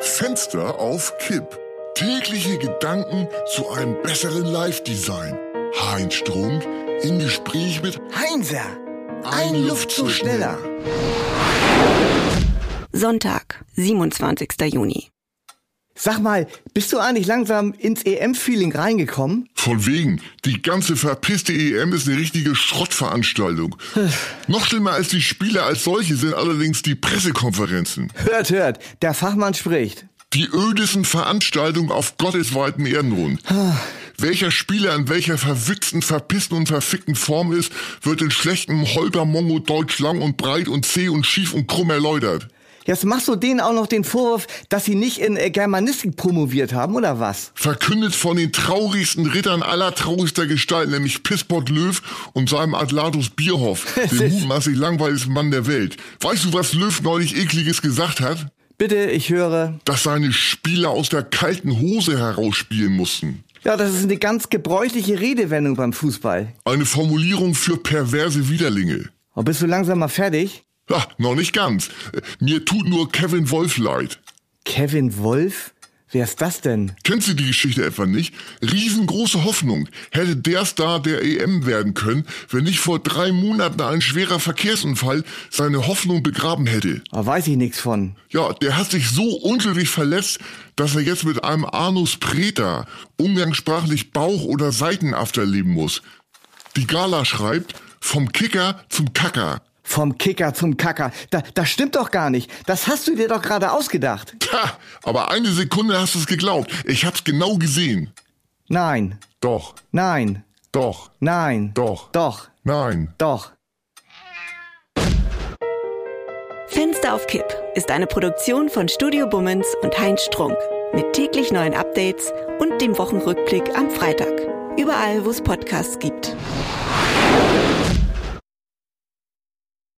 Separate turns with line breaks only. Fenster auf Kipp. Tägliche Gedanken zu einem besseren Live-Design. Heinz Strunk im Gespräch mit
Heinzer,
Ein Luftzug schneller.
Sonntag, 27. Juni.
Sag mal, bist du eigentlich langsam ins EM-Feeling reingekommen?
Von wegen, die ganze verpisste EM ist eine richtige Schrottveranstaltung. Noch schlimmer als die Spiele als solche sind allerdings die Pressekonferenzen.
Hört, hört, der Fachmann spricht.
Die ödesten Veranstaltungen auf gottesweiten Erdenrund. Welcher Spieler in welcher verwitzten, verpissten und verfickten Form ist, wird in schlechtem Holpermongo Deutsch lang und breit und zäh und schief und krumm erläutert.
Jetzt machst du denen auch noch den Vorwurf, dass sie nicht in äh, Germanistik promoviert haben, oder was?
Verkündet von den traurigsten Rittern aller traurigster Gestalten, nämlich Pisspot Löw und seinem Adlatus Bierhoff, dem mutmaßlich langweiligsten Mann der Welt. Weißt du, was Löw neulich ekliges gesagt hat?
Bitte, ich höre.
Dass seine Spieler aus der kalten Hose herausspielen mussten.
Ja, das ist eine ganz gebräuchliche Redewendung beim Fußball.
Eine Formulierung für perverse Widerlinge.
Und bist du langsam mal fertig?
Ha, noch nicht ganz. Äh, Mir tut nur Kevin Wolf leid.
Kevin Wolf? Wer ist das denn?
Kennst du die Geschichte etwa nicht? Riesengroße Hoffnung. Hätte der Star der EM werden können, wenn nicht vor drei Monaten ein schwerer Verkehrsunfall seine Hoffnung begraben hätte.
Oh, weiß ich nichts von.
Ja, der hat sich so unglücklich verletzt, dass er jetzt mit einem Anus Preta, umgangssprachlich Bauch- oder Seitenafter leben muss. Die Gala schreibt, vom Kicker zum Kacker.
Vom Kicker zum Kacker. Da, das stimmt doch gar nicht. Das hast du dir doch gerade ausgedacht.
Ha, aber eine Sekunde hast du es geglaubt. Ich hab's genau gesehen.
Nein,
Doch,
nein,
doch,
nein.
Doch.
Doch,
nein.
doch.
Fenster auf Kipp ist eine Produktion von Studio Bummens und Heinz Strunk. Mit täglich neuen Updates und dem Wochenrückblick am Freitag. Überall, wo es Podcasts gibt.